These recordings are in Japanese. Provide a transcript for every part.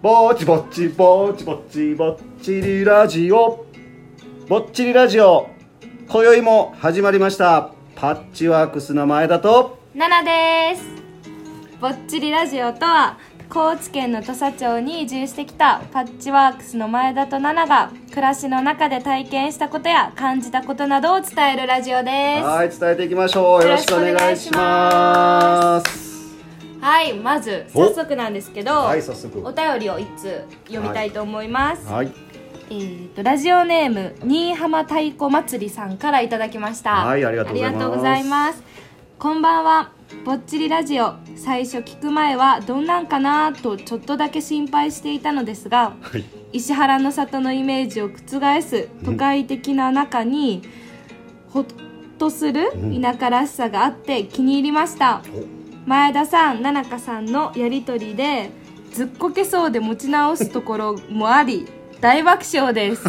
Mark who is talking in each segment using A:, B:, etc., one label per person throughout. A: ぼっちぼっちぼっちぼっちぼっちりラジオぼっちりラジオ今宵も始まりましたパッチワークスの前田と
B: ナナですぼっちりラジオとは高知県の土佐町に移住してきたパッチワークスの前田とナナが暮らしの中で体験したことや感じたことなどを伝えるラジオですは
A: はい伝えていきましょうよろしくお願いします
B: い、まず早速なんですけど、
A: はい早速
B: お便りを一通読みたいと思います、
A: はい
B: えー、とラジオネーム新居浜太鼓祭りさんからいただきました
A: はいありがとうございます
B: ありますこんばんはぼっちりラジオ最初聞く前はどんなんかなとちょっとだけ心配していたのですが
A: はい
B: 石原の里のイメージを覆す都会的な中にほっとする田舎らしさがあって気に入りました、前田さん奈々香さんのやり取りでずっこけそうで持ち直すところも あり大爆笑です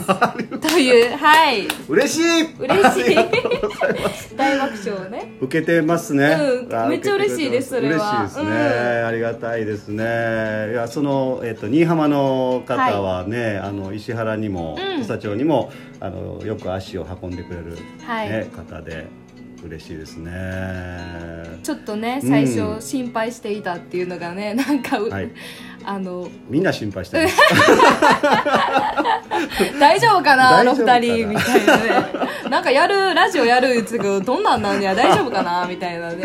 B: というはい
A: 嬉しい
B: 嬉しい
A: ありがとうございます
B: 大爆笑ね
A: 受けてますね、
B: うん
A: あー
B: めっちゃ嬉しいです
A: 受けてくてま
B: そ
A: す嬉し
B: れは
A: いですね、ありがたいですねいやその、えっと新居浜の方はね、あの石原にも
B: うん
A: 土佐町にもあのよく足を運んでくれる、ね
B: はい
A: 方で嬉しいですね
B: ちょっとね
A: うん
B: 最初心配していたっていうのがね なんか、う
A: はい
B: あの
A: みんな心配してます
B: 大丈夫か なあの二
A: 大丈
B: 人
A: 夫
B: みたいなね なんかやるラジオやるうつがどんなんなんや大丈夫かなみたいなね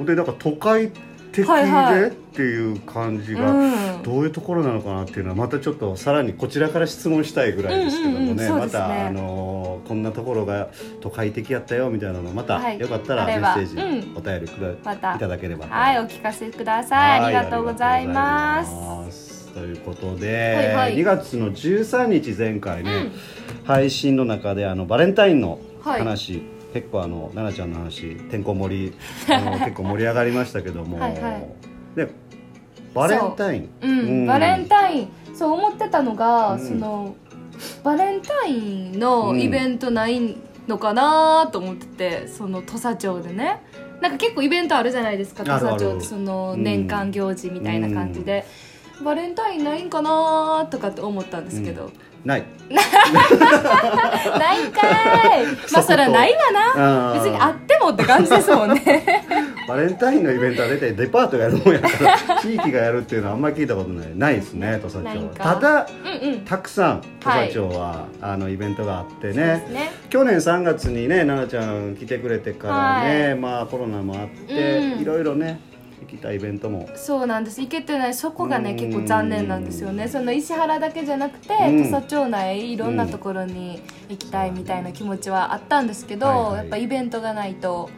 A: うんでなんか都会的で、
B: はいはい
A: っていう感じ
B: う
A: が、
B: ん
A: どういうところなのかなっていうのはまたちょっとさらにこちらから質問したいぐらいですけどもね,、
B: うんうんうんそう
A: ま
B: ですね
A: たあのーこんなところが都会的やったよみたいなのまた、
B: はい
A: よかったら
B: あ
A: メ
B: れば
A: ッセージ、
B: う
A: お便りくれ、
B: また
A: いただければと
B: はいお聞かせください
A: は
B: ありがとうございま
A: あ
B: す
A: りがとうございますということ
B: はい
A: で、
B: はい
A: 2月の13日前回ね、配信の中であのバレンタインの
B: はい
A: 話、結構あの奈々ちゃんの話てんこ盛りあの結構盛り上がりましたけども
B: はいはい
A: でバレンタイン
B: うん
A: うん
B: バレンタインそう思ってたのが、
A: うん
B: そのバレンタイン
A: う
B: の
A: ん
B: イベントないのかなと思っててその土佐町でねなんか結構イベントあるじゃないですか土
A: あるあ
B: 佐
A: る
B: 町ってその
A: うん
B: 年間行事みたいな感じで、バレンタインないんかなとかって思ったんですけど、
A: ない
B: ないんかいまあそりゃないわな
A: あー
B: 別にあってもって感じですもんね
A: バレンタインのイベントは大体デパートがやるもんやから 地域がやるっていうのはあんまり聞いたことないないですね土佐
B: ない
A: 町
B: ん
A: は
B: か
A: ただ
B: うんうん
A: たくさん土佐町は、あのイベントがあってね
B: ね
A: 去年3月にね奈々ちゃん来てくれてからね、まあコロナもあって、
B: うん
A: いろいろね行きたイベントも
B: そうなんです行けてないそこがね
A: うん
B: 結構残念なんですよねその石原だけじゃなくて、
A: うん
B: 土佐町内いろんなところに行きたいみたいな気持ちはあったんですけど、
A: はいはい
B: やっぱイベントがないと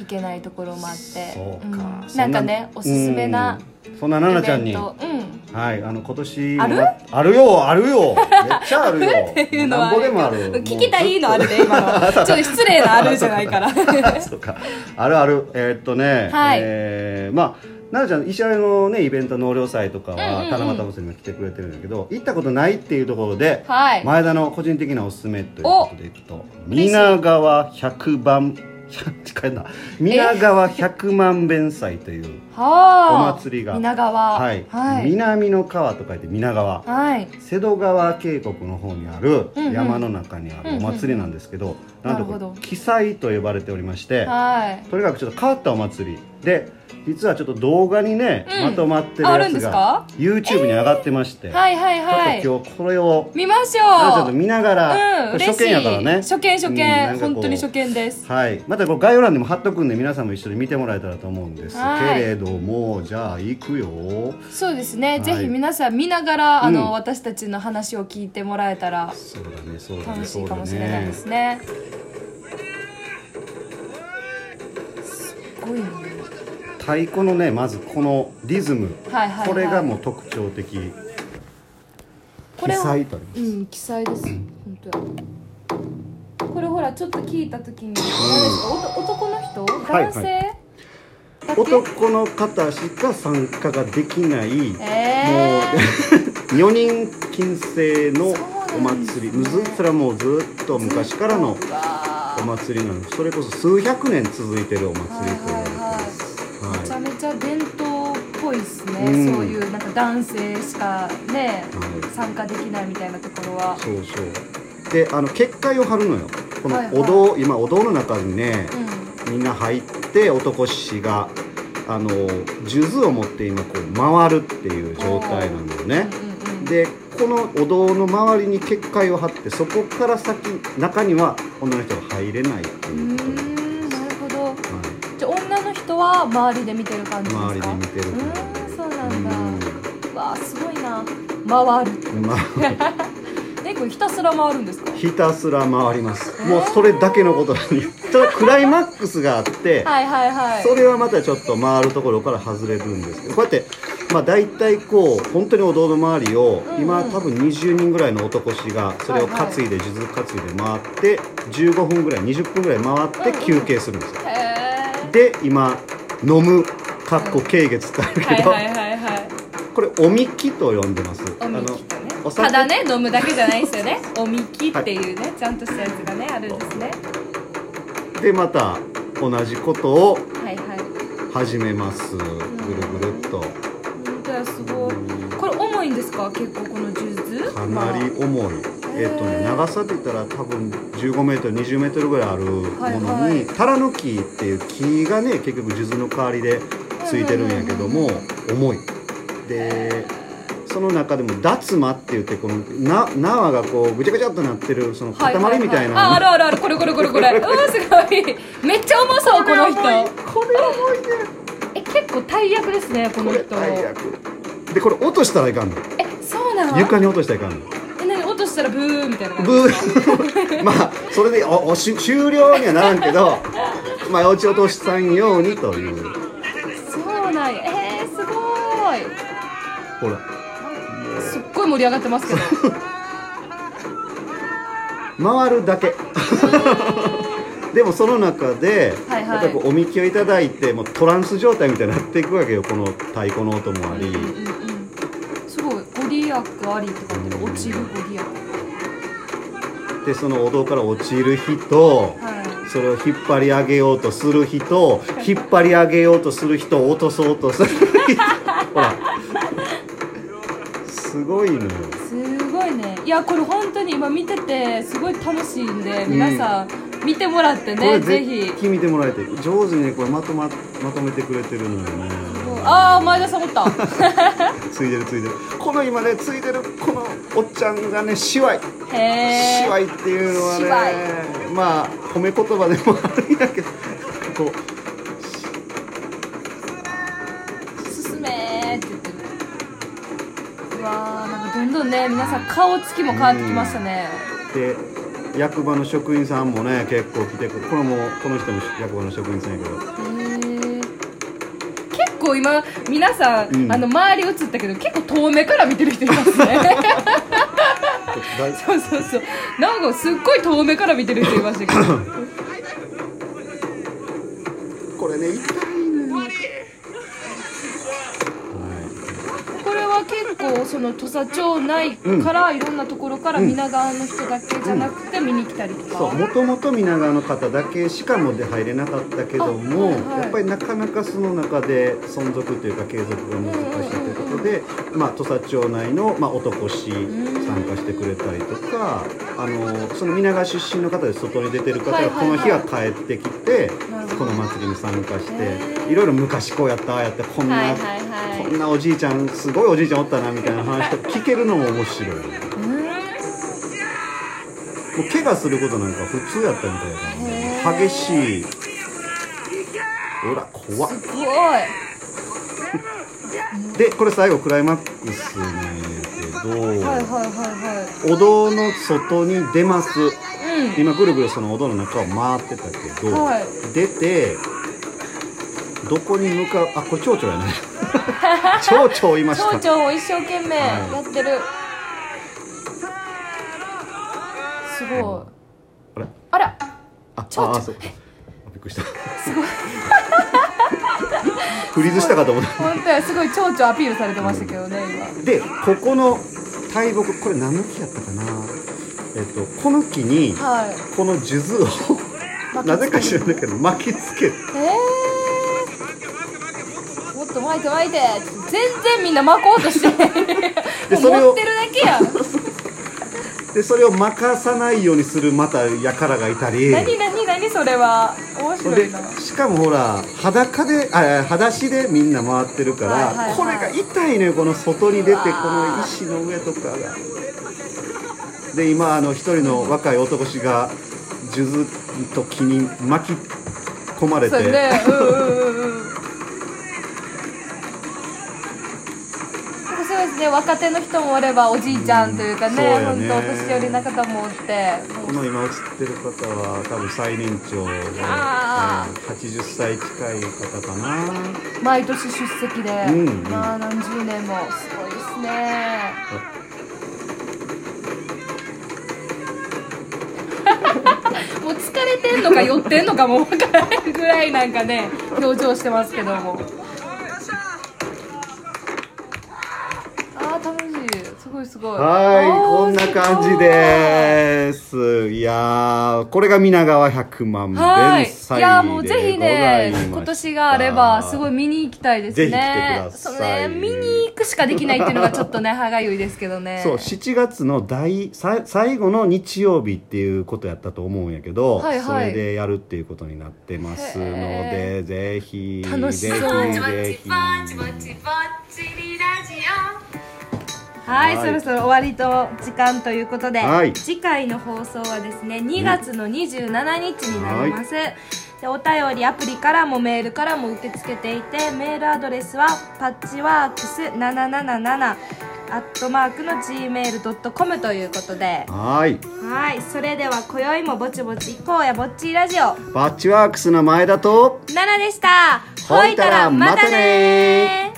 B: いけないところもあって
A: そうか、
B: ん
A: そ
B: なんかねおすすめな
A: うんそんな
B: イベ
A: 奈々ちゃん
B: ン
A: に
B: トうん
A: はい、あの今年
B: ある
A: もあるよあるよめっちゃある よ
B: って いうのは
A: なんぼでもある
B: 聞きた
A: もうずっ
B: いのあるで 今のちょっと失礼なあるじゃないからは
A: そうかあるあるえーっとね、
B: はい
A: えーまあ奈々ちゃん石原のねイベント納涼祭とか
B: うん
A: は
B: うんうん
A: 七夕祭りも来てくれてるんだけど行ったことないっていうところで、
B: い
A: 前田の個人的なおすすめということでいくと皆川百番近いな皆川百万弁祭という
B: はあ
A: お祭りが
B: 皆川
A: はい、
B: はい、
A: 南の川と書いて皆川、
B: はい
A: 瀬戸川渓谷の方にある
B: うんうん
A: 山の中にあるお祭りなんですけど、
B: うんうん
A: なんと
B: な
A: こ
B: るほど
A: れ奇祭と呼ばれておりまして、
B: はい
A: とにかくちょっと変わったお祭りで実はちょっと動画にね、
B: うん
A: まとまってる
B: ああるん
A: や
B: で
A: つ
B: す
A: が
B: か
A: YouTube に上がってまして、
B: はいはいはい
A: ちょっと今日これを
B: 見ましょう
A: あちょっと見ながら、
B: うん、
A: これ
B: 嬉し
A: 初
B: い
A: 見やからね
B: 初見初
A: うんな
B: 見、
A: んかこう
B: 本当に初見です。
A: はい、またこう概要欄にも貼っとくんで皆さんも一緒に見てもらえたらと思うんです
B: はい
A: けれどもじゃあ行くよ
B: そうですね、
A: はい
B: ぜひ皆さん見ながら、あの、
A: うん
B: 私たちの話を聞いてもらえたら
A: そうだねそうだね
B: 楽し
A: そ
B: いうか
A: だ
B: もしれない
A: ね
B: ですね。すごいね。
A: 太鼓のねまずこのリズム
B: はいはい、はい。
A: これがもう特徴的
B: これ
A: 記
B: は
A: 載とあります
B: うん、記載です。本当や。これほらちょっと聞いたときに、あれですかおと男の人、
A: いはい
B: 男性、だけ
A: 男の方しか参加ができない、
B: え ー、
A: もう4人禁制のお祭り
B: そうなんですね
A: むずそれはもうずっと昔からの
B: うわ
A: お
B: ー
A: 祭りなのそれこそ数百年続いてるお祭りと言われてます、
B: めちゃ
A: はい
B: めちゃ伝統っぽいですね、
A: うん
B: そういうなんか男性しかね
A: うん
B: 参加できないみたいなところは
A: そうそうであの結界を張るのよこの
B: はいはい
A: お堂、今お堂の中にね
B: うん
A: みんな入って男子があの数珠を持って今こう回るっていう状態なんだよね
B: うんうん
A: でこのお堂の周りに結界を張ってそこから先中には女の人が入れないって
B: う
A: い
B: ん
A: うことなんで
B: うーんなるほど
A: す、はい
B: じゃあ女の人は周りで見てる感じですか
A: 周りで見てる
B: うーんそうなんだ、
A: う
B: わあすごいな回る
A: んまあ
B: えこれひたすら回るんですか
A: ひたすら回ります
B: えー
A: もうそれだけ のことにただクライマックスがあって
B: はいはいはい
A: それはまたちょっと回るところから外れるんですけどこうやってまあ大体こう本当にお堂の周りを
B: うんうん
A: 今多分20人ぐらいの男子がそれを担いで数珠担いで回って15分ぐらい20分ぐらい回っ
B: うんう
A: て
B: ん
A: 休憩するんですよ
B: へえ
A: で今飲むかっこ軽月ってある
B: は
A: け
B: い
A: ど
B: はいはいはい
A: これおみきと呼んでます
B: おみ
A: あの
B: きとね
A: お酒
B: ただね飲むだけじゃないですよねおみきっていうねちゃんとしたやつがねあるんですね
A: でまた同じことを
B: はいはい
A: 始めますぐるぐるっと
B: 本当やすごいこれ重いんですか結構この数珠
A: かなり重いえっとね長さで言ったら多分1 5メートル2 0メートルぐらいあるも
B: はい
A: の
B: はい
A: にタラの木っていう木がね結局数珠の代わりでついてるんやけども重いでその中でも脱馬って言ってこのな縄がこうぐちゃぐちゃっとなってるその
B: はいはいはい
A: 塊みたい
B: あ
A: な
B: あ
A: の
B: るあるあるこれこれこれ これうわすごいめっちゃ重そうこの人
A: これ重いね
B: え結構大役ですねこ
A: こ
B: の
A: れ
B: 人
A: 大役でこれ落としたらいかんの
B: えそうなの
A: 床に落としたらいかんの
B: え何落としたらブーみたいな感じ
A: ブー まあそれでおおし終了にはならんけどまあ落ち落としたんようにという
B: そうなんやえー、すご
A: ほら
B: いすっごい盛り上がってま すけど
A: 回るだ けでもその中で、
B: はいはい
A: やっぱりこうおみきをいただいてもうトランス状態みたいになっていくわけよこの太鼓の音もあり、
B: うんうんうんすごいご利益ありって書いてる落ちるご利益
A: でそのお堂から落ちる人
B: は
A: それを引っ張り上げようとする人引っ張り上げようとする人を落とそうとする 人ほらすごいのよ
B: いすごいねいやこれ本当に今見ててすごい楽しいんで
A: うん
B: 皆さん見てもらって
A: これ
B: ね、ぜひ
A: ぜひ見てもらいたい上手にねこれまとままとめてくれてるのよね
B: ああ前田さんおった
A: ついてるついてるこの今ねついてるこのおっちゃんがねしわい
B: へえ
A: しわいっていうのは
B: し
A: ねまあ褒め言葉でもあるんだけどこう
B: 進めーって言ってるうわーなんかどんどんね皆さん顔つきも変わってきましたね
A: で役場の職員さんもね結構来てくるこれもこの人も役場の職員さんやけど
B: へー結構今皆さん、
A: うん
B: あの周り映ったけど結構遠目から見てる人いますね
A: 大
B: そうそうそうなんかすっごい遠目から見てる人いましたけど
A: これね痛いのよ、はい、
B: これは結構その土佐町内からいろんなところから皆川の人だけじゃなくて見に来たりとか、
A: そうもともと皆川の方だけしかもで入れなかったけども、
B: あはいはい
A: やっぱりなかなかその中で存続というか継続が難しいということで、まあ、土佐町内の、まあ、男子
B: ん
A: 参加してくれたりとかあのその皆川出身の方で外に出てる方
B: はい
A: が
B: は
A: こ
B: いは
A: の
B: い
A: 日は帰ってきて、
B: なるほど
A: この祭りに参加して、
B: へー
A: いろいろ昔こうやったああやってこんな、
B: はいはいはい
A: こんなおじいちゃんすごいおじいちゃんおったなみたいな話とか聞けるのも面白い。もう怪我することなんか普通やったみたいだからね
B: へー
A: 激しいほら怖っ
B: すごい
A: でこれ最後クライマックスなんやけど、
B: はいはいは
A: お堂の外に出ます
B: いはいうん
A: 今ぐるぐるそのお堂の中を回ってたけど、
B: はい
A: 出てどこに向かうあこれ蝶々や ね蝶々いました
B: 町長を一生懸命
A: はい
B: やってる、すご
A: あ
B: い
A: れ
B: あら
A: あ
B: 蝶々
A: ああそうかあびっくりしたすごい フリーズしたかと思った
B: 本当やすごい蝶々アピールされてましたけどね
A: でここの大木これ何の木やったかなえっとこの木に
B: 今はい
A: この数珠をなぜか知らないけど巻きつける
B: えーもっと巻いて巻いてって全然みんな巻こう として
A: で
B: も
A: そうれを
B: 持ってるだけやん
A: でそれを巻かさないようにするまた輩がいたり
B: 何何何それは面
A: そ
B: 白
A: れ
B: い
A: で
B: な
A: しかもほら裸であ裸足でみんな回ってるから、
B: はいはいはい
A: これが痛いのよこの外に出て
B: う
A: こ
B: わ
A: の
B: ー
A: 石の上とかがで今あの一人の若い男子が数珠と木に巻き込まれ
B: そ
A: て
B: れねうんうんうんうん面白いですね若手の人もおればおじいちゃんというか
A: う
B: ね,、
A: んそうや
B: 本
A: ね
B: 当お年寄りな方もおって
A: この今映ってる方は多分最年長で、うん
B: あ
A: 80歳近い方かな。
B: 毎年出席で、
A: うんうん
B: まあ何十年もすごいです ねもう疲れてんのか酔ってんのかも分からへんぐらいなんかね表情してますけどもあー楽しいすごいすごい
A: はい、
B: あー
A: こんな感じです。いやー、これが皆川百万
B: は
A: 弁
B: い、
A: 祭
B: いやもうぜひね
A: でございました
B: 今年があればすごい見に行きたいですね
A: ぜひ来てください
B: そうね見に行くしかできないっていうのがちょっと ね歯がゆいですけどね
A: そう7月の第さ最後の日曜日っていうことやったと思うんやけど、
B: はいはい
A: それでやるっていうことになってますのでぜひ
B: 楽しそ
A: ぜ
B: う
A: ひ
C: ぼ
A: ぜ
C: ち
A: ひ
C: ぼちぼちぼっちりラジオ
B: はい、
A: はい
B: そろそろ終わりと時間ということで、
A: はい
B: 次回の放送はですね2月の27日になります、でお便りアプリからもメールからも受け付けていてメールアドレスはパッチワークス777アットマークの gmail.com ということで
A: はい
B: はいそれでは今宵もぼちぼち行こうやぼっちーラジオ
A: パッチワークスの前田と
B: 奈々でした
A: ほいたらまたね
B: ほいたらまたね